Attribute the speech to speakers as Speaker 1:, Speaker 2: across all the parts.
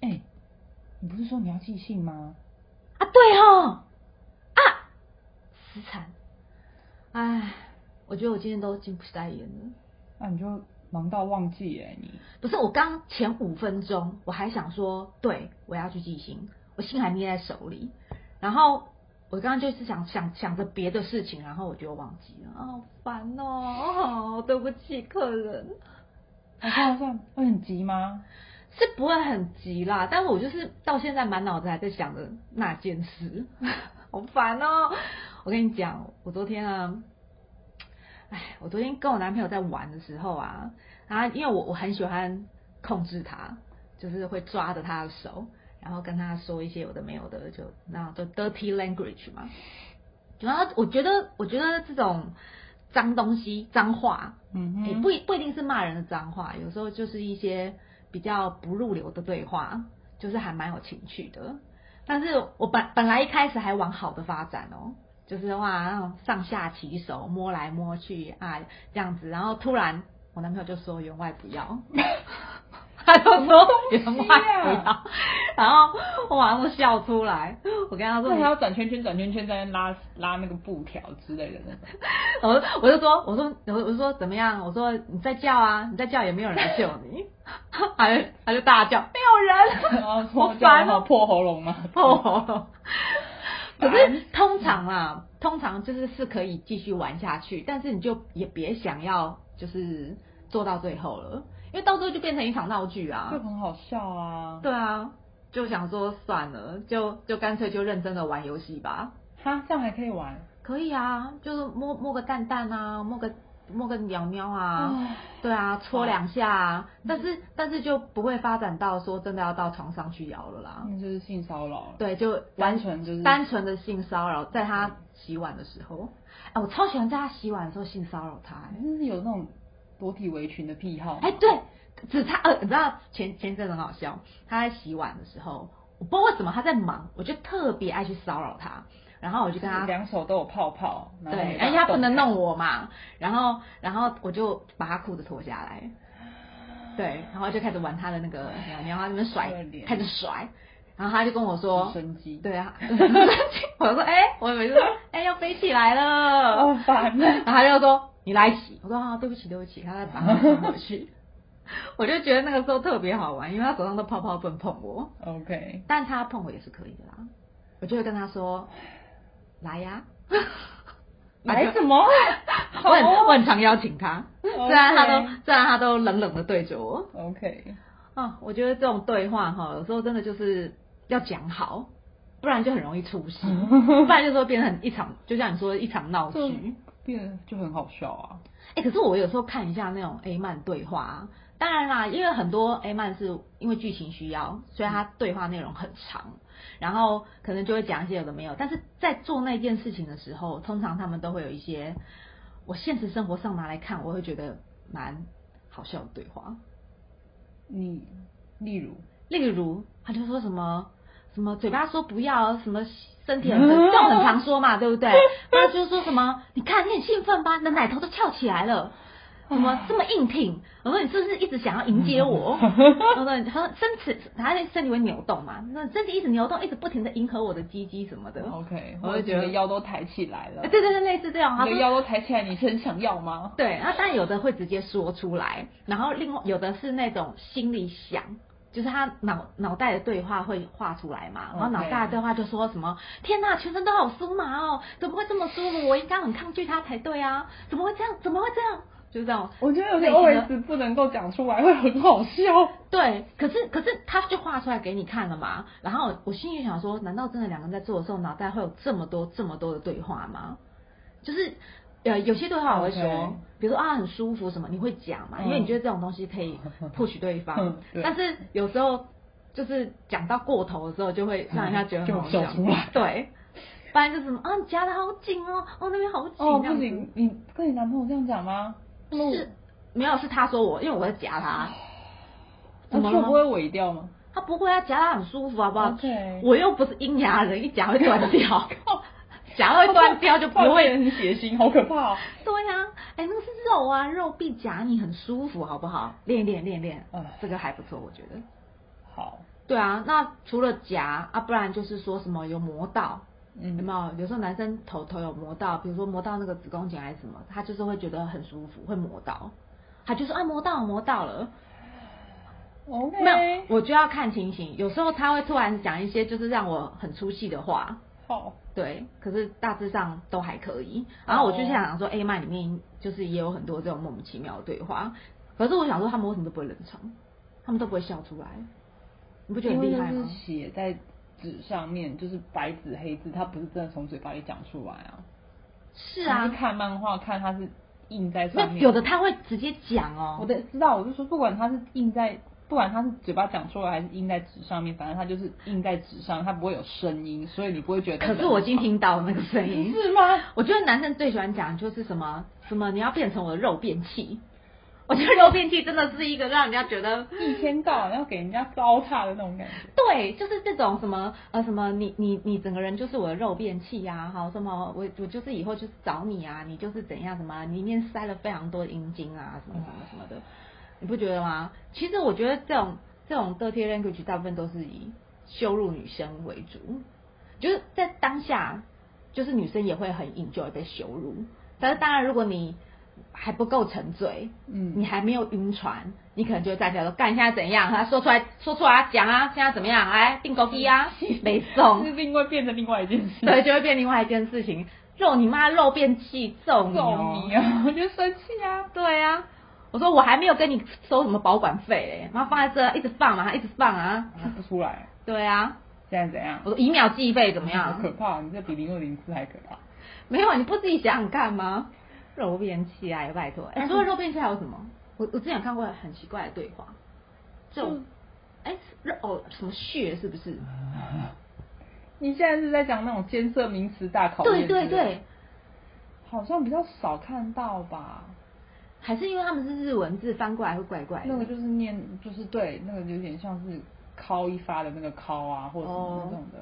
Speaker 1: 哎寄信吗？
Speaker 2: 啊，对哦，啊，死惨，唉，我觉得我今天都进不来眼了。
Speaker 1: 那啊你就忙到忘记耶，你
Speaker 2: 不是，我刚前五分钟我还想说，对我要去寄信，我信还捏在手里，然后我刚刚就是想想想着别的事情，然后我就忘记了，啊好烦哦，哦对不起客人，
Speaker 1: 好像好像会很急吗？
Speaker 2: 是不会很急啦，但我就是到现在满脑子还在想着那件事， 好烦哦，我跟你讲，我昨天啊。哎，我昨天跟我男朋友在玩的时候啊，然后因为我我很喜欢控制他，就是会抓着他的手，然后跟他说一些有的没有的，就那就 dirty language 嘛。然后我觉得，我觉得这种脏东西、脏话，
Speaker 1: 嗯
Speaker 2: 也、
Speaker 1: 哼，
Speaker 2: 哎不一不一定是骂人的脏话，有时候就是一些比较不入流的对话，就是还蛮有情趣的。但是我本本来一开始还往好的发展哦，就是哇那种上下其手摸来摸去啊这样子，然后突然我男朋友就说员外不要， 他就说员外 不
Speaker 1: 啊
Speaker 2: 要，然后我马上就笑出来，我跟他 说
Speaker 1: 那
Speaker 2: 你
Speaker 1: 还要转圈圈、转圈圈，在那拉拉那个布条之类的那 种。
Speaker 2: 我我就说，我说，我我说怎么样？我说你再叫啊，你再叫也没有人来救你。 他就他就大叫，没有人，
Speaker 1: 然 后
Speaker 2: 好
Speaker 1: 说叫
Speaker 2: 烦
Speaker 1: 我好
Speaker 2: 哦，
Speaker 1: 破喉咙 吗？
Speaker 2: 破喉咙。可是通常啦，通常就是是可以继续玩下去，但是你就也别想要就是做到最后了，因为到最后就变成一场闹剧啊
Speaker 1: 就。很好笑啊！
Speaker 2: 对啊，就想说算了，就就干脆就认真的玩游戏吧。
Speaker 1: 哈，这样还可以玩
Speaker 2: 可以啊，就是摸摸个蛋蛋啊，摸个摸个鸟鸟啊，
Speaker 1: 啊？
Speaker 2: 对啊，搓两下啊，但是但是就不会发展到说真的要到床上去摇了啦。
Speaker 1: 那就是性骚扰了，
Speaker 2: 对，就
Speaker 1: 单纯就是
Speaker 2: 单纯的性骚扰，在他洗碗的时候，哎、我超喜欢在他洗碗的时候性骚扰他、哎
Speaker 1: 就是有那种裸体围裙的癖好。
Speaker 2: 哎、对，只差呃，你知道前前一阵很好笑，他在洗碗的时候，我不知道为什么他在忙，我就特别爱去骚扰他，然后我就跟他
Speaker 1: 两手都有泡泡，然后
Speaker 2: 对，
Speaker 1: 没办法
Speaker 2: 而且他不能
Speaker 1: 动
Speaker 2: 弄我嘛，然后然后我就把他裤子脱下来，对，然后就开始玩他的那个鸟鸟，他那边甩
Speaker 1: 可怜，
Speaker 2: 开始甩，然后他就跟我
Speaker 1: 弹，
Speaker 2: 说，
Speaker 1: 生机，
Speaker 2: 对啊， 我就说哎、我每次说哎、要飞起来了，
Speaker 1: 好烦啊！
Speaker 2: 然后他就说你来洗，我说啊对不起对不起，他再把他放回去， 我就觉得那个时候特别好玩，因为他手上的泡泡不能碰我，
Speaker 1: OK，
Speaker 2: 但他碰我也是可以的啦，我就会跟他说来呀、哎
Speaker 1: 来什 么？
Speaker 2: 我很
Speaker 1: 好
Speaker 2: 我很常邀请他，虽然他都
Speaker 1: OK
Speaker 2: 虽然他都冷冷的对着我
Speaker 1: OK，
Speaker 2: 啊，我觉得这种对话哈，有时候真的就是要讲好，不然就很容易出 事，不然就说变成一场，就像你说一场闹
Speaker 1: 就
Speaker 2: 剧。
Speaker 1: 变得就很好笑啊。
Speaker 2: 哎、可是我有时候看一下那种 A 漫对话、啊，当然啦，因为很多 A 漫是因为剧情需要，所以它对话内容很长，然后可能就会讲一些有的没有。但是在做那件事情的时候，通常他们都会有一些我现实生活上拿来看，我会觉得蛮好笑的对话。
Speaker 1: 你例如
Speaker 2: 例如，他就说什么什么嘴巴说不要，什么身体很疼，这种很常说嘛，对不对？他就说什么，你看你很兴奋吧，你的奶头都翘起来了。什么这么硬挺？我说你是不是一直想要迎接我？我说他说身体，他那身体会扭动嘛？那身体一直扭动，一直不停的迎合我的鸡鸡什么的。
Speaker 1: OK，
Speaker 2: 我
Speaker 1: 我
Speaker 2: 会
Speaker 1: 就
Speaker 2: 觉
Speaker 1: 觉
Speaker 2: 得
Speaker 1: 得哎腰都抬起来了
Speaker 2: 对，对对，类似这样。他
Speaker 1: 你
Speaker 2: 说
Speaker 1: 的腰都抬起来，你是很想要吗？
Speaker 2: 对，那当然有的会直接说出来，然后另外有的是那种心里想，就是他脑脑袋的对话会画出来嘛，然后
Speaker 1: OK
Speaker 2: 脑袋的对话就说什么天哪，全身都好酥麻哦，怎么会这么舒服？我应该很抗拒它才对啊，怎么会这样？怎么会这样？就这种，
Speaker 1: 我觉得有
Speaker 2: 类
Speaker 1: 些
Speaker 2: 型的
Speaker 1: OS 不能够讲出来会很好 笑。
Speaker 2: 对，可是可是他就画出来给你看了嘛，然后我心里想说，难道真的两个人在做的时候，脑袋会有这么多这么多的对话吗？就是呃，有些对话我会说
Speaker 1: OK
Speaker 2: 比如说啊很舒服什么，你会讲嘛，因为
Speaker 1: 嗯
Speaker 2: 你觉得这种东西可以 push 对方，
Speaker 1: 嗯 对
Speaker 2: 但是有时候就是讲到过头的时候，就会让人家觉得很好
Speaker 1: 嗯就笑出来
Speaker 2: 对，不然就是什么啊你夹的好紧哦，哦那边好紧，
Speaker 1: 哦，
Speaker 2: 这
Speaker 1: 不
Speaker 2: 样子
Speaker 1: 行，你跟你男朋友这样讲吗？
Speaker 2: 是没有是他说我，因为我在夹他，
Speaker 1: 哦那
Speaker 2: 怎
Speaker 1: 我啊
Speaker 2: 么了
Speaker 1: 不会萎掉吗？
Speaker 2: 他不会啊，夹他很舒服好
Speaker 1: 哦
Speaker 2: 不好
Speaker 1: OK
Speaker 2: 我又不是阴阳人，一夹会断 掉，夹会断掉就 不
Speaker 1: 抱
Speaker 2: 会。
Speaker 1: 歉很血腥，好可怕、哦。
Speaker 2: 对呀、啊，哎、那个是肉啊，肉壁夹你很舒服好不好？练一练练一练
Speaker 1: 嗯，
Speaker 2: 这个还不错，我觉得。
Speaker 1: 好，
Speaker 2: 对啊，那除了夹啊，不然就是说什么有磨到，有
Speaker 1: 嗯，
Speaker 2: 没有？有时候男生头头有磨到，比如说磨到那个子宫颈还是什么，他就是会觉得很舒服，会磨到，他就说啊磨到了磨到了。
Speaker 1: OK，
Speaker 2: 没有，我就要看情形，有时候他会突然讲一些就是让我很出戏的话，
Speaker 1: 好，
Speaker 2: 对，可是大致上都还可以。然后我就
Speaker 1: 哦
Speaker 2: 现场想说，A 漫里面就是也有很多这种莫名其妙的对话，可是我想说他们为什么都不会冷场，他们都不会笑出来，你不觉得
Speaker 1: 因为
Speaker 2: 很厉
Speaker 1: 就
Speaker 2: 害
Speaker 1: 是
Speaker 2: 吗？
Speaker 1: 写在纸上面，就是白纸黑字，它不是真的从嘴巴里讲出来啊。
Speaker 2: 是
Speaker 1: 你
Speaker 2: 啊，
Speaker 1: 看漫画看它是印在上
Speaker 2: 那
Speaker 1: 面，
Speaker 2: 有的他会直接讲
Speaker 1: 我
Speaker 2: 哦，
Speaker 1: 的知道，我就说不管它是印在，不管它是嘴巴讲出来还是印在纸上面，反正它就是印在纸上，它不会有声音，所以你不会觉得。
Speaker 2: 可是我已经听到那个声音。
Speaker 1: 是吗？
Speaker 2: 我觉得男生最喜欢讲就是什么什么你要变成我的肉便器，我觉得肉便器真的是一个让人家觉得
Speaker 1: 一天到晚要给人家糟蹋的那种感觉。
Speaker 2: 对，就是这种什么呃什么你你你整个人就是我的肉便器呀、好什么我我就是以后就是找你啊，你就是怎样什么，里面塞了非常多的阴茎啊什么什么什么的，你不觉得吗？其实我觉得这种这种 dirty language 大部分都是以羞辱女生为主，就是在当下，就是女生也会很 enjoy 被羞辱，但是当然如果你还不够沉醉，
Speaker 1: 嗯，
Speaker 2: 你还没有晕船，你可能就会站起来说：“干，现在怎样？”他说出来，说出来讲啊，现在怎么样？来订购机啊， 没
Speaker 1: 是
Speaker 2: 送，
Speaker 1: 另外变成另外一件事。
Speaker 2: 对，就会变另外一件事情，肉你妈肉变气，揍你
Speaker 1: 揍
Speaker 2: 哦！
Speaker 1: 你啊！我就生气啊！
Speaker 2: 对啊，我说我还没有跟你收什么保管费嘞，妈放在这一直放啊，一直放啊，
Speaker 1: 看不出来，
Speaker 2: 对啊，
Speaker 1: 现在怎样？
Speaker 2: 我说以秒计费怎么
Speaker 1: 好
Speaker 2: 样？
Speaker 1: 可怕！你这比零六零四还可怕。
Speaker 2: 没有，你不自己想想看吗？肉变气啊，拜托！哎、除了肉变气还有什么？我我之前有看过很奇怪的对话，这种
Speaker 1: 嗯
Speaker 2: 哎、肉哦什么血是不是？嗯
Speaker 1: 你现在是在讲那种艰涩名词大考验？
Speaker 2: 对对对，，
Speaker 1: 好像比较少看到吧。
Speaker 2: 还是因为他们是日文字翻过来会怪怪的。
Speaker 1: 那个就是念，就是对，那个有点像是敲一发的那个敲啊，或者什么那种的。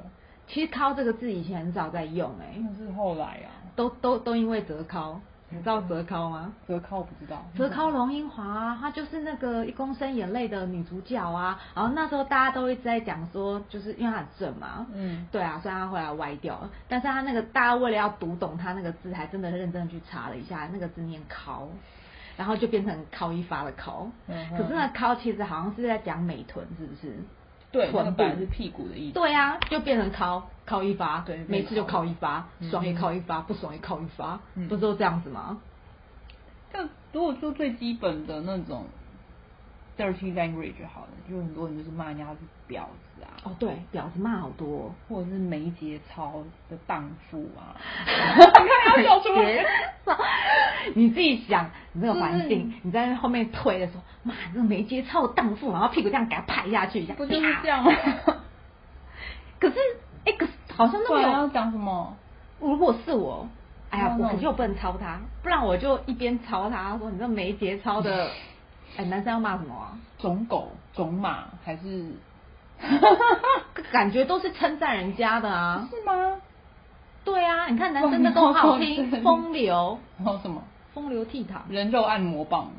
Speaker 2: 其实“敲”这个字以前很少在用、哎，
Speaker 1: 那是后来啊，
Speaker 2: 都都都因为折
Speaker 1: 嗯
Speaker 2: 敲，你知道折敲吗？
Speaker 1: 折靠不知道。
Speaker 2: 折靠龙英华啊，她就是那个一公升眼泪的女主角啊。然后那时候大家都一直在讲说，就是因为她很正嘛，
Speaker 1: 嗯，
Speaker 2: 对啊，虽然她后来歪掉了，但是她那个大家为了要读懂她那个字，还真的认真地去查了一下，那个字念“靠”，然后就变成“靠一发”的“靠”。
Speaker 1: 嗯哼
Speaker 2: 可是那“靠”其实好像是在讲美臀，是不是？
Speaker 1: 对，那
Speaker 2: 臀
Speaker 1: 个
Speaker 2: 部
Speaker 1: 本来是屁股的意思。
Speaker 2: 对啊，就变成靠靠一发，
Speaker 1: 对
Speaker 2: 每次就
Speaker 1: 靠
Speaker 2: 靠一发，
Speaker 1: 嗯
Speaker 2: 爽也靠一发，不爽也靠一发，
Speaker 1: 嗯
Speaker 2: 不是都这样子吗？
Speaker 1: 但如果说最基本的那种 dirty language 好了，就很多人就是骂人家是婊子啊，
Speaker 2: 哦，对，婊子骂好 多、
Speaker 1: 或者是没节操的荡妇 啊。你看要笑出 来。
Speaker 2: 你自己想，你这个环
Speaker 1: 就
Speaker 2: 境，你在后面推的时候，妈，这个没节操的荡妇，然后屁股这样给他拍下去，这样
Speaker 1: 不就是
Speaker 2: 啪
Speaker 1: 这样吗？
Speaker 2: 可是，哎、可是好像都
Speaker 1: 不
Speaker 2: 没
Speaker 1: 然
Speaker 2: 有。
Speaker 1: 要讲什么？
Speaker 2: 如果是我，哎呀，
Speaker 1: 那
Speaker 2: 我
Speaker 1: 那
Speaker 2: 肯定我不能操他，不然我就一边操他说你这没节操的，哎、男生要骂什么啊？
Speaker 1: 种狗、种马还是
Speaker 2: 感觉都是称赞人家的啊。
Speaker 1: 是吗？
Speaker 2: 对啊，你看男生的都很好听，风流，
Speaker 1: 然哦后什么
Speaker 2: 风流倜傥。
Speaker 1: 人肉按摩棒？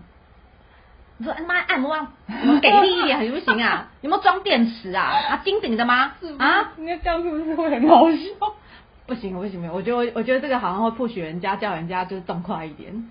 Speaker 2: 你说他哎妈按摩棒给力一点行不行 啊？有没有装电池啊？啊，金顶的吗
Speaker 1: 是？
Speaker 2: 啊，
Speaker 1: 啊？那这样是不是会很好笑？
Speaker 2: 不行不行不行，我觉得我觉得这个好像会迫使人家叫人家就是动快一点。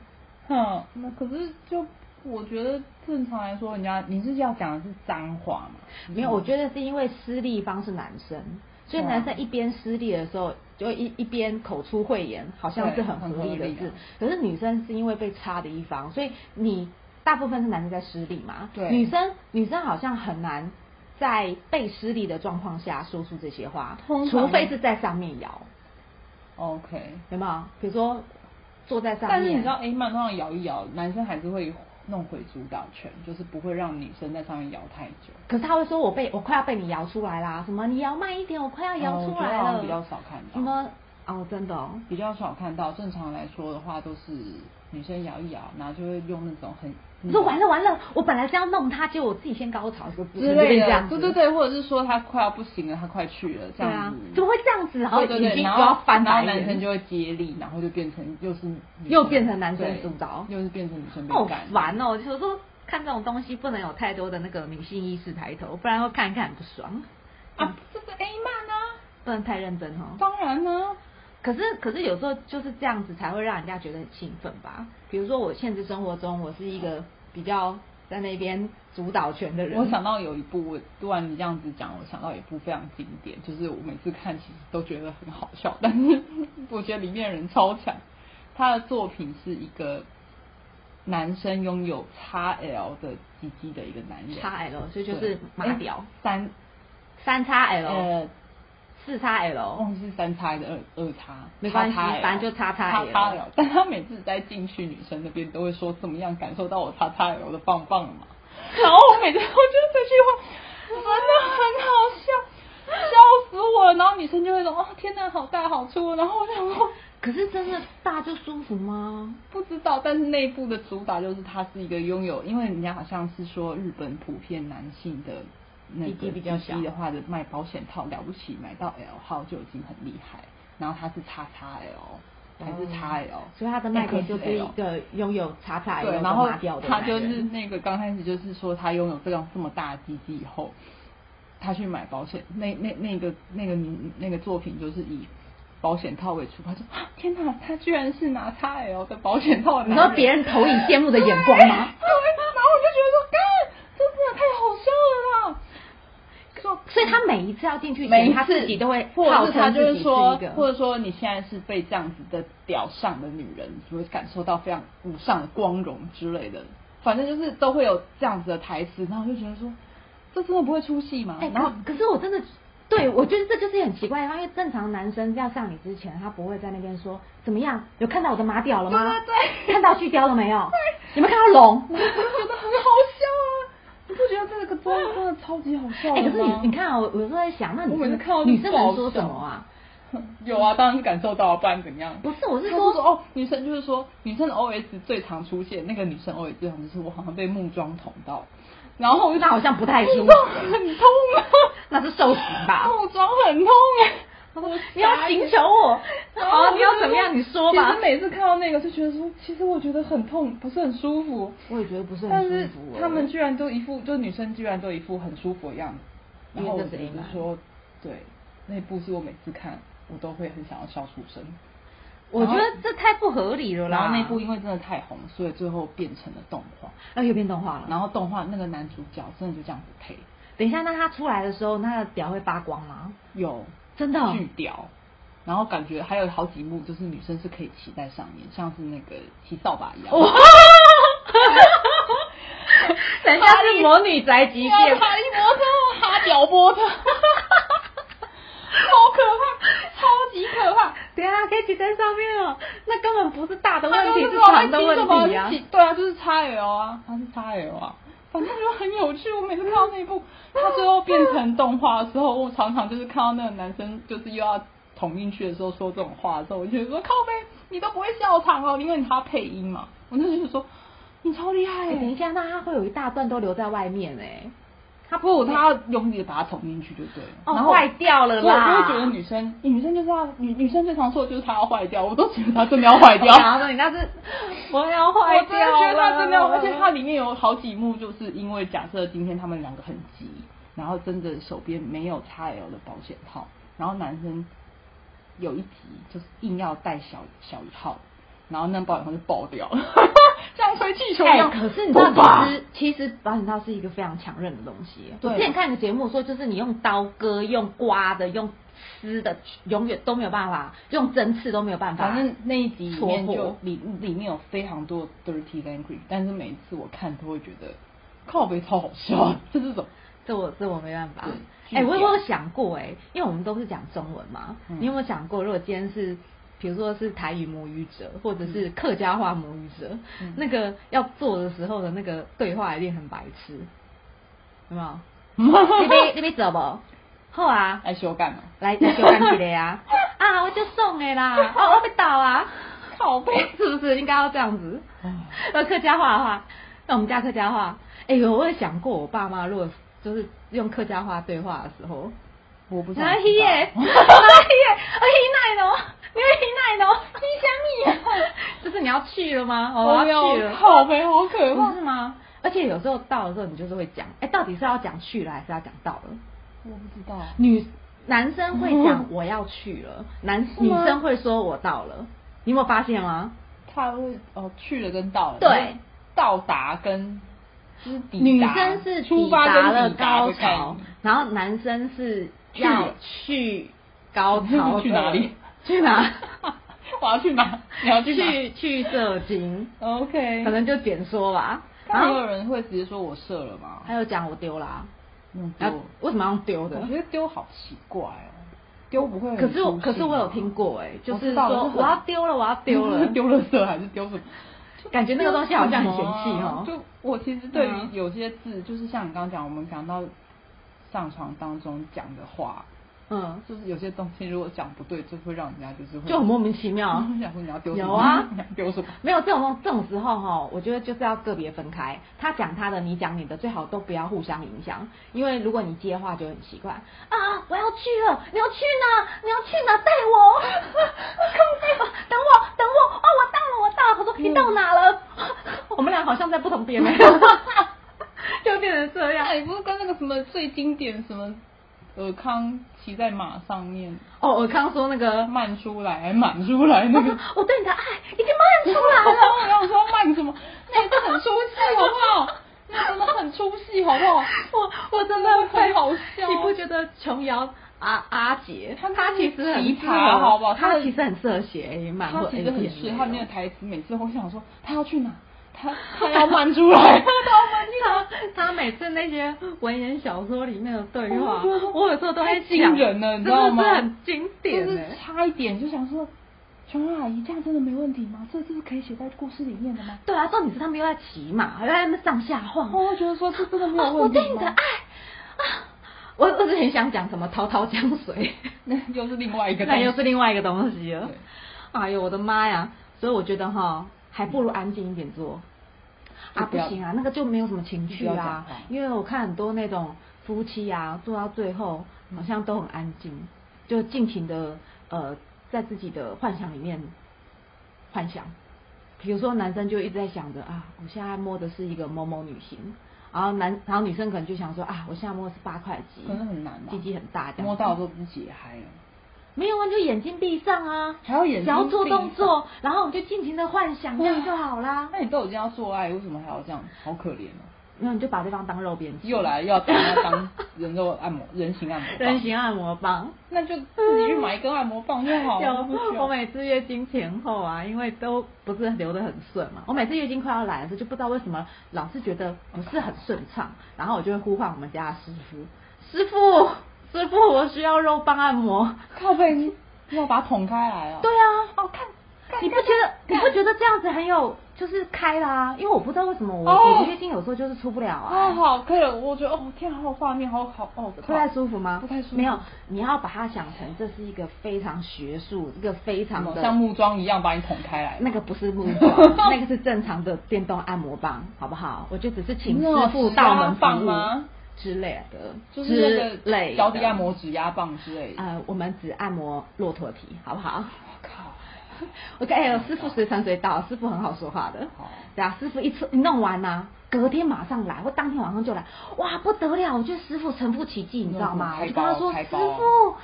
Speaker 1: 哼，那可是就我觉得正常来说，人家你是要讲的是脏话嘛？
Speaker 2: 没有，我觉得是因为施力方是男生，所以
Speaker 1: 哦
Speaker 2: 男生一边施力的时候，就一一边口出秽言，好像是很合理的
Speaker 1: 对很合理
Speaker 2: 事
Speaker 1: 啊。
Speaker 2: 可是女生是因为被插的一方，所以你大部分是男生在施力嘛，
Speaker 1: 对
Speaker 2: 女生女生好像很难在被施力的状况下说出这些话
Speaker 1: 通，常
Speaker 2: 除非是在上面摇，
Speaker 1: OK。
Speaker 2: 有没有？比如说坐在上面，
Speaker 1: 但是你知道 A 曼通常摇一摇，男生还是会弄回主导权，就是不会让女生在上面摇太久。
Speaker 2: 可是他会说我被我快要被你摇出来啦，什么你摇慢一点，我快要摇
Speaker 1: 哦我
Speaker 2: 出
Speaker 1: 觉得
Speaker 2: 来
Speaker 1: 好
Speaker 2: 了，
Speaker 1: 像比较少看到
Speaker 2: 什么哦，真的哦。
Speaker 1: 比较少看到，正常来说的话都是女生摇一摇，然后就会用那种很
Speaker 2: 你说完了完了，我本来是要弄他，结果我自己先高潮，就
Speaker 1: 之类
Speaker 2: 这
Speaker 1: 的
Speaker 2: 样，子，
Speaker 1: 嗯对对对，或者是说他快要不行了，他快去了这
Speaker 2: 对啊
Speaker 1: 样子，，
Speaker 2: 怎么会这样子？然后
Speaker 1: 对
Speaker 2: 眼
Speaker 1: 对对，
Speaker 2: 睛就
Speaker 1: 然后
Speaker 2: 要翻
Speaker 1: 然
Speaker 2: 白
Speaker 1: 后男生
Speaker 2: 眼，
Speaker 1: 就会接力，然后就变成又是女生
Speaker 2: 又变成男生
Speaker 1: 对
Speaker 2: 主导
Speaker 1: 又是变成女生被
Speaker 2: 好
Speaker 1: 干，
Speaker 2: 烦哦！就是说，看这种东西不能有太多的那个女性意识抬头，不然会看一看很不爽，
Speaker 1: 啊，这是 A 漫啊，
Speaker 2: 不能太认真哦。
Speaker 1: 当然呢、
Speaker 2: 可是，可是有时候就是这样子才会让人家觉得很兴奋吧。比如说，我现实生活中，我是一个比较在那边主导权的人。
Speaker 1: 我想到有一部，我突然你这样子讲，我想到有一部非常经典，就是我每次看其实都觉得很好笑，但是 我觉得里面的人超强。他的作品是一个男生拥有 XL 的鸡鸡的一个男人，
Speaker 2: 叉 L，所以就是马屌
Speaker 1: 诶，三
Speaker 2: 三叉 L，
Speaker 1: 呃，
Speaker 2: 四叉
Speaker 1: 我
Speaker 2: L，
Speaker 1: 忘记哦是三叉还是二二叉，
Speaker 2: 没关系
Speaker 1: 叉叉 L
Speaker 2: 反正就叉叉 L
Speaker 1: 叉 L。但他每次在进去女生那边都会说怎么样感受到我叉叉 L 的棒棒 嘛，然后我每次我觉得这句话真的很好笑，笑死我了。然后女生就会说哦天哪，好大好粗，然后我想说。
Speaker 2: 可是真的大就舒服吗？
Speaker 1: 不知道，但是内部的主打就是他是一个拥有，因为人家好像是说日本普遍男性的那个
Speaker 2: 鸡鸡比较小
Speaker 1: 鸡鸡的话，就卖保险套了不起，买到 L 号就已经很厉害。然后他是叉叉 L 还是叉 L，、
Speaker 2: 哦
Speaker 1: 哎
Speaker 2: 所以它的卖点就是
Speaker 1: XL
Speaker 2: 一个拥有叉叉 L
Speaker 1: 对，
Speaker 2: 跟
Speaker 1: 然后
Speaker 2: 马屌的
Speaker 1: 他
Speaker 2: 男
Speaker 1: 就
Speaker 2: 人
Speaker 1: 是那个刚开始就是说他拥有这样这么大的鸡鸡以后，他去买保险，那那那个那个女那个作品就是以。保险套为出发，就啊天哪，他居然是拿 XL 的保险套的
Speaker 2: 你
Speaker 1: 男人，
Speaker 2: 知道别人投以羡慕的眼光吗？
Speaker 1: 对，然后我就觉得说，干，这真的太好笑了啦！就
Speaker 2: 所以他每一次要进去
Speaker 1: 每一
Speaker 2: 前，
Speaker 1: 次
Speaker 2: 他自己都会
Speaker 1: 或者
Speaker 2: 号
Speaker 1: 是他
Speaker 2: 称
Speaker 1: 就
Speaker 2: 自
Speaker 1: 是
Speaker 2: 己
Speaker 1: 说
Speaker 2: 一个，
Speaker 1: 或者说你现在是被这样子的屌上的女人，你会感受到非常无上的光荣之类的，反正就是都会有这样子的台词，然后我就觉得说，这真的不会出戏吗？
Speaker 2: 哎、
Speaker 1: 然后
Speaker 2: 可可是我真的，对我觉得这就是很奇怪的地方，因为正常男生要上你之前，他不会在那边说怎么样，有看到我的马屌了吗？
Speaker 1: 对对对
Speaker 2: 看到巨雕了没有？有没有看到龙？
Speaker 1: 我就觉得很好笑啊！你不觉得这个妆真的超级好笑
Speaker 2: 哎、
Speaker 1: 的
Speaker 2: 可是你
Speaker 1: 吗？
Speaker 2: 你看啊，我我有时候在想，那你
Speaker 1: 我每次看到就
Speaker 2: 女生能
Speaker 1: 爆
Speaker 2: 说什
Speaker 1: 笑
Speaker 2: 么啊？
Speaker 1: 有啊，当然是感受到啊，不然怎样？
Speaker 2: 不是，我是
Speaker 1: 他就
Speaker 2: 说
Speaker 1: 说哦，女生就是说，女生的 OS 最常出现，那个女生 OS 最常就是我好像被木桩捅到，然后我就
Speaker 2: 那好像不太舒服
Speaker 1: 木桩很痛啊，
Speaker 2: 那是受刑吧？
Speaker 1: 木桩很痛啊，我
Speaker 2: 你要
Speaker 1: 傻
Speaker 2: 请
Speaker 1: 眼
Speaker 2: 求我，
Speaker 1: 然后
Speaker 2: 哦，你要
Speaker 1: 我就
Speaker 2: 怎么样？你说
Speaker 1: 其
Speaker 2: 吧
Speaker 1: 实。每次看到那个就觉得说，其实我觉得很痛，不是很舒服，
Speaker 2: 我也觉得不是
Speaker 1: 但
Speaker 2: 很舒
Speaker 1: 是
Speaker 2: 服、
Speaker 1: 他们居然都一副，就女生居然都一副很舒服的样子，然后
Speaker 2: 因
Speaker 1: 我
Speaker 2: 为
Speaker 1: 只
Speaker 2: 这是 A
Speaker 1: 是
Speaker 2: 漫
Speaker 1: 说，对，那部是我每次看我都会很想要笑出声。
Speaker 2: 我觉得这太不合理了啦。
Speaker 1: 然后那部因为真的太红，所以最后变成了动画。
Speaker 2: 啊又变动画了。
Speaker 1: 然后动画那个男主角真的就这样子配，
Speaker 2: 等一下，那他出来的时候，那他的屌会发光吗？
Speaker 1: 有
Speaker 2: 真的哦
Speaker 1: 巨屌，然后感觉还有好几幕就是女生是可以骑在上面，像是那个骑扫把一样。
Speaker 2: 哇！等一下是魔女宅急
Speaker 1: 哈利
Speaker 2: 便，
Speaker 1: 波特，哈屌波 特，好可怕，超级可怕。
Speaker 2: 对啊，可以骑在上面哦。那根本不是大的
Speaker 1: 他
Speaker 2: 问题，
Speaker 1: 就是知道
Speaker 2: 船
Speaker 1: 他
Speaker 2: 的
Speaker 1: 骑什
Speaker 2: 问
Speaker 1: 么
Speaker 2: 题啊
Speaker 1: 骑。对啊，就是 XL 啊，他是 XL 啊，反正就很有趣。我每次看到那一 部，他最后变成动画的时候，我常常就是看到那个男生就是又要捅进去的时候说这种话的时候，我就觉得说靠背你都不会笑场哦，因为你还要配音嘛。我那时候就说你超厉害、
Speaker 2: 哎等一
Speaker 1: 欸，
Speaker 2: 下，那他会有一大段都留在外面哎，他
Speaker 1: 不，他要用力的把它捅进去就对了，
Speaker 2: 哦
Speaker 1: 然后
Speaker 2: 坏掉了
Speaker 1: 所以我就
Speaker 2: 啦
Speaker 1: 会觉得女生，女生就是要女女生最常说的就是她要坏掉，我都觉得她真的要坏掉。
Speaker 2: 哦然后说你那是我要坏
Speaker 1: 我真的
Speaker 2: 掉了，
Speaker 1: 觉得他真的，而且它里面有好几幕，就是因为假设今天他们两个很急，然后真的手边没有 XL 的保险套，然后男生有一集就是硬要带小小号，然后那保险套就爆掉了， 像吹气球一
Speaker 2: 哎、
Speaker 1: 样。
Speaker 2: 可是你知道，
Speaker 1: 吧
Speaker 2: 其实其实保险套是一个非常强韧的东西。
Speaker 1: 对啊
Speaker 2: 我之前看一个节目说，就是你用刀割、用刮的、用撕的，永远都没有办法，用针刺都没有办法。
Speaker 1: 反正那一集里
Speaker 2: 戳
Speaker 1: 面
Speaker 2: 破
Speaker 1: 就里里面有非常多 dirty language，但是每一次我看都会觉得靠背超好笑，这是什么？
Speaker 2: 这我这我没办法。
Speaker 1: 对
Speaker 2: 哎、
Speaker 1: 拒
Speaker 2: 我
Speaker 1: 掉
Speaker 2: 我有想过哎、因为我们都是讲中文嘛，
Speaker 1: 嗯
Speaker 2: 你有没有想过，如果今天是比如说是台语母语者，或者是客家话母语者，
Speaker 1: 嗯
Speaker 2: 那个要做的时候的那个对话一定很白痴，有没 有？你边你边走不？好啊，
Speaker 1: 爱修干嘛？
Speaker 2: 来再修干一个啊！ 啊，我就送的啦，哦，我被倒啊，
Speaker 1: 靠背。
Speaker 2: 是不是应该要这样子？
Speaker 1: 啊
Speaker 2: 那呃客家话的话，那我们家客家话，哎、呦，我有想过，我爸妈如果就是用客家话对话的时候，
Speaker 1: 我不想
Speaker 2: 哎
Speaker 1: 知道
Speaker 2: 耶，哎耶，哎 呃奶喏，你啊会奶喏，你想你，就是你要去了吗？哦，
Speaker 1: 我
Speaker 2: 要去了，
Speaker 1: 靠背好可
Speaker 2: 不
Speaker 1: 怕
Speaker 2: 是。吗？而且有时候到了之后，你就是会讲，哎、到底是要讲去了还是要讲到了？
Speaker 1: 我不知道，
Speaker 2: 女男生会讲
Speaker 1: 嗯
Speaker 2: 我要去了，男
Speaker 1: 是
Speaker 2: 女
Speaker 1: 吗
Speaker 2: 生会说我到了，你有没有发现吗？
Speaker 1: 他会哦去了跟到了，
Speaker 2: 对，
Speaker 1: 到达跟就是抵达
Speaker 2: 女生是
Speaker 1: 出
Speaker 2: 抵
Speaker 1: 发
Speaker 2: 达
Speaker 1: 跟
Speaker 2: 了
Speaker 1: 抵达
Speaker 2: 高
Speaker 1: 的概
Speaker 2: 潮
Speaker 1: 念，
Speaker 2: 然后男生是
Speaker 1: 去
Speaker 2: 要
Speaker 1: 了
Speaker 2: 去高潮的
Speaker 1: 去哪里？
Speaker 2: 去哪？
Speaker 1: 我要去哪？ 你要去哪
Speaker 2: 去去射精，
Speaker 1: ？OK，
Speaker 2: 可能就简说吧。然
Speaker 1: 那也
Speaker 2: 后
Speaker 1: 有人会直接说我射了吗？
Speaker 2: 还有讲我丢啦、
Speaker 1: 嗯，
Speaker 2: 然
Speaker 1: 丢
Speaker 2: 后，为什么要用丢的
Speaker 1: 我？觉得丢好奇怪哦，丢不会很
Speaker 2: 可是我
Speaker 1: 舒适
Speaker 2: 可是我有
Speaker 1: 吗
Speaker 2: 听过哎、就
Speaker 1: 啊我
Speaker 2: 是
Speaker 1: 知道
Speaker 2: 说
Speaker 1: 就是，
Speaker 2: 我要丢了，我要丢了
Speaker 1: 丢了色还是丢什么？
Speaker 2: 感觉那个东西好像很嫌弃
Speaker 1: 哦
Speaker 2: 哦。。
Speaker 1: 就我其实对
Speaker 2: 嗯
Speaker 1: 于有些字，就是像你刚刚讲，我们讲到上床当中讲的话，
Speaker 2: 嗯，
Speaker 1: 就是有些东西如果讲不对，就会让人家就是会
Speaker 2: 就很莫名其妙。
Speaker 1: 我想说嗯 你要丢什么
Speaker 2: 有啊
Speaker 1: 你要丢什么？
Speaker 2: 没有这种东这种时候哈、我觉得就是要个别分开，他讲他的，你讲你的，最好都不要互相影响，因为如果你接话就很奇怪啊，我要去了，你要去哪？你要去哪？带我， 靠背，等我，等我，哦，我到了，我到了，我说你到哪 了？我们俩好像在不同边呢， 就变成这样
Speaker 1: 那。你哎不是跟那个什么最经典什么尔康骑在马上面
Speaker 2: 哦，我刚说那个，哦
Speaker 1: 慢出来满出来那个？
Speaker 2: 我对你的爱已经漫出来了。
Speaker 1: 我想说慢什么？那也是很出戏好不好？那真的很出戏好不好？
Speaker 2: 我 我真的
Speaker 1: 很好笑
Speaker 2: 你不觉得琼瑶阿阿杰，
Speaker 1: 他
Speaker 2: 他其实很
Speaker 1: 奇葩
Speaker 2: 适合
Speaker 1: 好不好他
Speaker 2: 他
Speaker 1: 的
Speaker 2: 其实很适合写 A 漫
Speaker 1: 他
Speaker 2: 或
Speaker 1: 其
Speaker 2: A
Speaker 1: 实
Speaker 2: 片
Speaker 1: 很是，他那个
Speaker 2: 有
Speaker 1: 台词每次我想说他要去哪，他他要慢出来，他
Speaker 2: 他他每次那些文言小说里面的对话，
Speaker 1: 哦
Speaker 2: 我有时候都在
Speaker 1: 太惊人了你知道吗
Speaker 2: 真的是很经
Speaker 1: 要
Speaker 2: 典欸
Speaker 1: 慢，就
Speaker 2: 呢、
Speaker 1: 是差一点就想说，琼瑶阿姨这样真的没问题吗？这这是可以写在故事里面的吗？
Speaker 2: 对啊，重点是他们又在骑马，还在那边上下晃。
Speaker 1: 我会觉得说这真的没
Speaker 2: 哦
Speaker 1: 有
Speaker 2: 我
Speaker 1: 问
Speaker 2: 对
Speaker 1: 题
Speaker 2: 你的
Speaker 1: 吗？
Speaker 2: 爱啊，我我是很想讲什么滔滔江水，
Speaker 1: 那又是另外一个东
Speaker 2: 那
Speaker 1: 西，
Speaker 2: 又是另外一个东西了
Speaker 1: 对。
Speaker 2: 哎呦，我的妈呀！所以我觉得哈，还不如安静一点做。
Speaker 1: 就
Speaker 2: 啊，
Speaker 1: 不
Speaker 2: 不
Speaker 1: 要
Speaker 2: 行啊，那个就没有什么情趣
Speaker 1: 就不要讲
Speaker 2: 啊
Speaker 1: 话，
Speaker 2: 因为我看很多那种夫妻啊，做到最后好像都很安静，就尽情的呃，在自己的幻想里面幻想。比如说男生就一直在想着啊，我现在摸的是一个某某女星，然后男，然后女生可能就想说啊，我现在摸的是八块肌，
Speaker 1: 可能很难吧
Speaker 2: 鸡鸡很大这样子，
Speaker 1: 摸到的时候不是解嗨了，
Speaker 2: 没有啊，你就眼睛闭上啊，
Speaker 1: 还要眼睛
Speaker 2: 只要做
Speaker 1: 闭上
Speaker 2: 动作，然后我们就尽情的幻想，这样就好啦。
Speaker 1: 那你都已经要做爱，为什么还要这样？好可怜哦！
Speaker 2: 没有，你就把对方当肉边吃。哦
Speaker 1: 又来又要当要当人肉按摩、人形按摩棒，
Speaker 2: 人形按摩棒。
Speaker 1: 那就自己去买一根按摩棒就
Speaker 2: 哦
Speaker 1: 好了，不需
Speaker 2: 有，
Speaker 1: 要
Speaker 2: 我每次月经前后啊，因为都不是流得很顺嘛，我每次月经快要来的时候，就不知道为什么老是觉得不是很顺畅，然后我就会呼唤我们家的师傅，师傅，师傅，我需要肉棒按摩。
Speaker 1: 靠背你要把它捅开来啊！
Speaker 2: 对啊，
Speaker 1: 哦，看，看
Speaker 2: 你不觉得你不觉得这样子很有就是开啦、因为我不知道为什么我、
Speaker 1: 哦
Speaker 2: 我月经有时候就是出不了啊。
Speaker 1: 哦，好，可以了。我觉得哦，天啊，好有画面，好好哦，
Speaker 2: 不太舒服吗？
Speaker 1: 不太舒服。
Speaker 2: 没有，你要把它想成这是一个非常学术，一个非
Speaker 1: 什
Speaker 2: 常
Speaker 1: 么
Speaker 2: 的
Speaker 1: 像木桩一样把你捅开来。
Speaker 2: 那个不是木 桩，那个是正常的电动按摩棒，好不好？我就只是请师傅到门
Speaker 1: 指压棒
Speaker 2: 服务
Speaker 1: 吗
Speaker 2: 之类的，
Speaker 1: 就是
Speaker 2: 之
Speaker 1: 那个
Speaker 2: 类
Speaker 1: 脚底按
Speaker 2: 的。
Speaker 1: 摩、指压棒之类的。
Speaker 2: 呃，我们只按摩骆驼皮，好不好？
Speaker 1: 哦靠，
Speaker 2: 我跟哎呦，师傅随传随到，师傅很好说话的
Speaker 1: 好。
Speaker 2: 对啊，师傅一出弄完呐、隔天马上来，或当天晚上就来，哇，不得了！我觉得师傅承负其技，你知道吗？
Speaker 1: 那
Speaker 2: 我就
Speaker 1: 种
Speaker 2: 跟他说，
Speaker 1: 开
Speaker 2: 师
Speaker 1: 包啊
Speaker 2: 傅，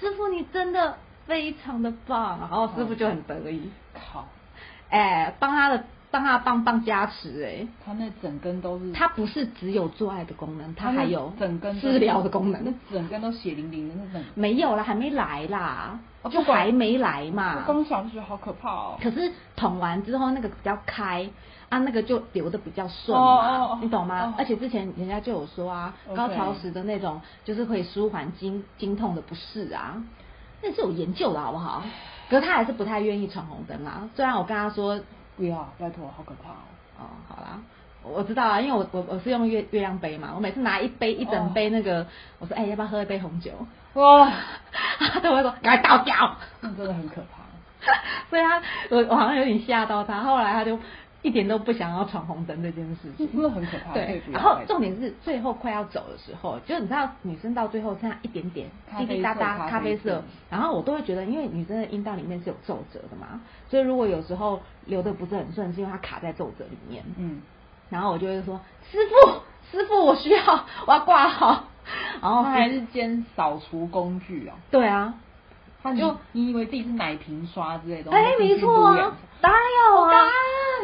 Speaker 2: 师傅你真的非常的棒，然后师傅就很得意，
Speaker 1: 靠，
Speaker 2: 哎，帮他的帮他的棒棒加持，哎。
Speaker 1: 他那整根都是，
Speaker 2: 它不是只有做爱的功能，它
Speaker 1: 那
Speaker 2: 还有
Speaker 1: 整嗯根都
Speaker 2: 治疗的功能。
Speaker 1: 那整根都血淋淋的那种。
Speaker 2: 没有啦，还没来啦，
Speaker 1: 哦
Speaker 2: 就
Speaker 1: 不管
Speaker 2: 还没来
Speaker 1: 我
Speaker 2: 嘛。
Speaker 1: 刚想就觉得好可怕哦。
Speaker 2: 可是捅完之后那个比较开啊，那个就流的比较顺
Speaker 1: 哦哦
Speaker 2: 嘛
Speaker 1: 哦，
Speaker 2: 你懂吗
Speaker 1: 哦？
Speaker 2: 而且之前人家就有说啊，
Speaker 1: OK
Speaker 2: 高潮时的那种就是可以舒缓经经痛的不适啊，那是有研究的好不好？可是他还是不太愿意闯红灯啦。虽然我跟他说，
Speaker 1: 不要，拜托，好可怕哦。
Speaker 2: 哦，好啦。我知道啊，因为我我我是用月月亮杯嘛，我每次拿一杯一整杯那
Speaker 1: 哦
Speaker 2: 个我说哎、要不要喝一杯红酒？
Speaker 1: 哇，
Speaker 2: 他都会说赶快倒掉。
Speaker 1: 那真的很可怕。
Speaker 2: 所以他我我好像有点吓到他，后来他就一点都不想要闯红灯这件事
Speaker 1: 这
Speaker 2: 情。
Speaker 1: 真的很可怕，可以
Speaker 2: 对，
Speaker 1: 不要
Speaker 2: 然后
Speaker 1: 拜托
Speaker 2: 重点是最后快要走的时候，就是你知道女生到最后剩下一点点
Speaker 1: 咖
Speaker 2: 滴
Speaker 1: 啡
Speaker 2: 滴答
Speaker 1: 色
Speaker 2: 答咖
Speaker 1: 咖啡
Speaker 2: 啡色
Speaker 1: 色，
Speaker 2: 然后我都会觉得，因为女生的阴道里面是有皱褶的嘛，所以如果有时候流的不是很顺，是因为它卡在皱褶里面。
Speaker 1: 嗯，
Speaker 2: 然后我就会说师傅，师傅，我需要，我要挂号。 然后
Speaker 1: 它还是兼扫除工具哦。
Speaker 2: 对啊，
Speaker 1: 它
Speaker 2: 你
Speaker 1: 就你以为自己是奶瓶刷之类的东西？
Speaker 2: 哎，没错啊，当然有
Speaker 1: 好
Speaker 2: 啊。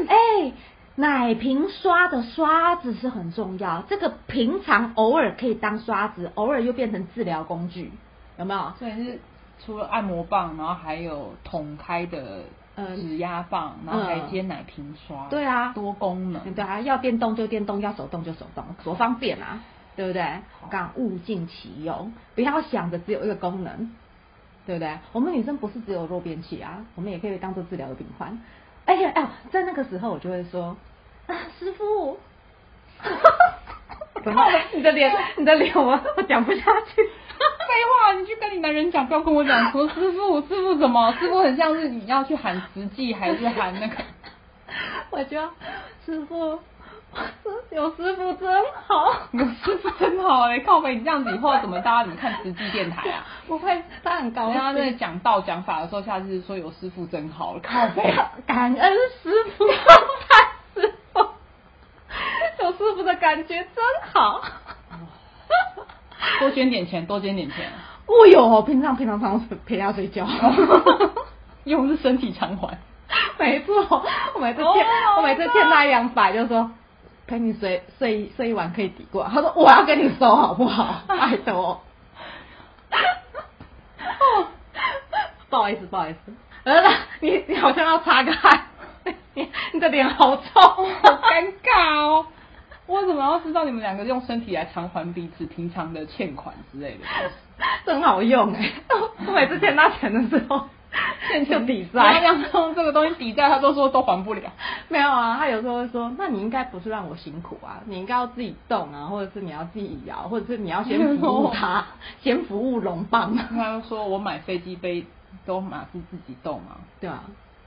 Speaker 2: 哎，奶瓶刷的刷子是很重要，这个平常偶尔可以当刷子，偶尔又变成治疗工具，有没有？
Speaker 1: 所以是除了按摩棒，然后还有捅开的
Speaker 2: 嗯
Speaker 1: 指压棒，然后还接奶瓶刷，
Speaker 2: 对啊
Speaker 1: 多功能。
Speaker 2: 对啊，要电动就电动，要手动就手动，多方便啊，对不对？我讲物尽其用，不要想着只有一个功能，对不对？我们女生不是只有弱便器啊，我们也可以当做治疗的病患。而且，哎呦，在那个时候我就会说啊，师傅，然 后你的脸，你的脸，我我讲不下去。
Speaker 1: 废话，你去跟你男人讲，不要跟我讲 说师傅，师傅什么？师傅很像是你要去喊实际，还是喊那个？
Speaker 2: 我就师傅，有师傅真 好。
Speaker 1: 你师傅真好哎、靠北，你这样子以后怎么大家怎么看实际电台啊？
Speaker 2: 不会，他很高
Speaker 1: 人
Speaker 2: 兴。
Speaker 1: 家在讲道讲法的时候，下次说有师傅真好了，靠北。
Speaker 2: 感恩师傅，感恩师傅，有师傅的感觉真好。
Speaker 1: 多捐点钱，多捐点钱，
Speaker 2: 我有哦，平常平常常陪他睡 觉。
Speaker 1: 用的是身体偿还。
Speaker 2: 没错，我 每次欠、
Speaker 1: 哦
Speaker 2: 我每次欠他两百，就说陪你睡睡睡一晚可以抵过。他说我要跟你收好不 好？拜托。 不好意思，不好意思。呃，你你好像要擦个汗，你 你的脸好臭，
Speaker 1: 好尴尬哦！我怎么要知道你们两个用身体来偿还彼此平常的欠款之类的？
Speaker 2: 真好用哎、 我每次欠他钱的时候，就抵
Speaker 1: 然
Speaker 2: 债。
Speaker 1: 后用这个东西抵债，他都说都还不了。
Speaker 2: 没有啊，他有时候会说，那你应该不是让我辛苦啊，你应该要自己动啊，或者是你要自己摇，或者是你要先服务 他，先服务龙 棒，
Speaker 1: 他就说我买飞机杯都嘛是自己动啊，
Speaker 2: 对啊。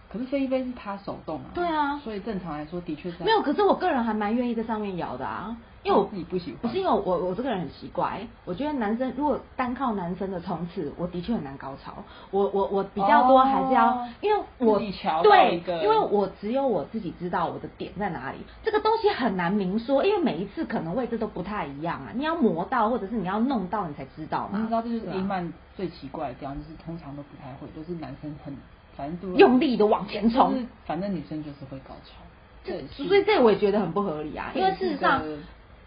Speaker 1: 可是飞机杯是他手动啊。
Speaker 2: 对啊
Speaker 1: 所以正常来说的确是
Speaker 2: 没有，可是我个人还蛮愿意在上面摇的啊，因为我
Speaker 1: 自己不喜欢
Speaker 2: 不是因为我我这个人很奇怪，我觉得男生如果单靠男生的冲刺，我的确很难高潮。我我我比较多还是要，
Speaker 1: 哦
Speaker 2: 因为我
Speaker 1: 自己瞧到
Speaker 2: 对
Speaker 1: 一个，
Speaker 2: 因为我只有我自己知道我的点在哪里。这个东西很难明说，因为每一次可能位置都不太一样啊。你要磨到，或者是你要弄到，你才知道嘛。
Speaker 1: 你知道这就是
Speaker 2: 对啊
Speaker 1: 英曼最奇怪的地方，就是通常都不太会，就是男生很反正就是
Speaker 2: 用力的往前冲，
Speaker 1: 就是反正女生就是会高潮。这也是
Speaker 2: 所以这我也觉得很不合理啊。因为事实上，
Speaker 1: 这个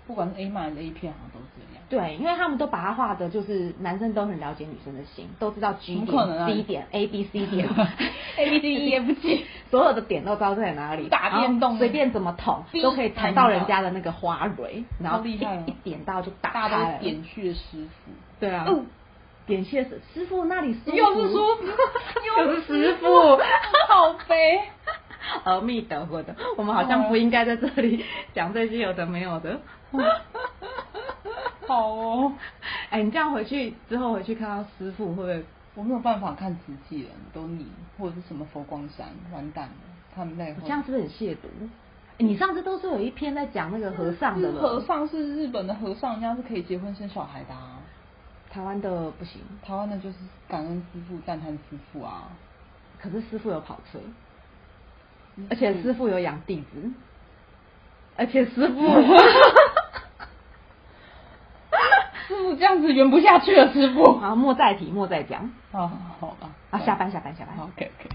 Speaker 1: 不管是 A 漫还是 A 片，好像都这样。
Speaker 2: 对，因为他们都把它画的，就是男生都很了解女生的心，都知道 G
Speaker 1: 怎么可
Speaker 2: 点、
Speaker 1: 能啊
Speaker 2: C 点、A B C 点
Speaker 1: A B C E F G
Speaker 2: 所有的点都知道在哪里，
Speaker 1: 打
Speaker 2: 然后
Speaker 1: 电动
Speaker 2: 随便怎么捅
Speaker 1: B
Speaker 2: 都可以捅到人家的那个花蕊，然
Speaker 1: 好
Speaker 2: 后一
Speaker 1: 厉害哦
Speaker 2: 一点到就打
Speaker 1: 大家
Speaker 2: 开
Speaker 1: 都
Speaker 2: 了。
Speaker 1: 点穴师傅，
Speaker 2: 对啊，
Speaker 1: 哦
Speaker 2: 点穴师师傅那里舒服，
Speaker 1: 又是舒服，
Speaker 2: 又
Speaker 1: 又
Speaker 2: 是
Speaker 1: 是
Speaker 2: 师
Speaker 1: 师
Speaker 2: 傅
Speaker 1: 傅，好悲。
Speaker 2: 阿弥陀佛的，我们好
Speaker 1: 哦
Speaker 2: 像不应该在这里 讲这些有的没有的。
Speaker 1: 哦 好哦，
Speaker 2: 哎，你这样回去之后回去看到师傅会不会？
Speaker 1: 我没有办法看瓷器人，都你或者是什么佛光山，完蛋了，他们在
Speaker 2: 我这样是不是很亵渎？哎你上次都是有一篇在讲那个和尚的
Speaker 1: 是
Speaker 2: 了，
Speaker 1: 和尚是日本的和尚，人家是可以结婚生小孩的啊。
Speaker 2: 台湾的不行，
Speaker 1: 台湾的就是感恩师傅、赞叹师傅啊，
Speaker 2: 可是师傅有跑车，
Speaker 1: 嗯
Speaker 2: 而且师傅有养弟子，而且师傅
Speaker 1: 嗯 师傅这样子圆不下去了，师傅。
Speaker 2: 好莫再提莫再讲
Speaker 1: 啊，好吧，
Speaker 2: 啊啊，下班下班下班。
Speaker 1: ，OK OK。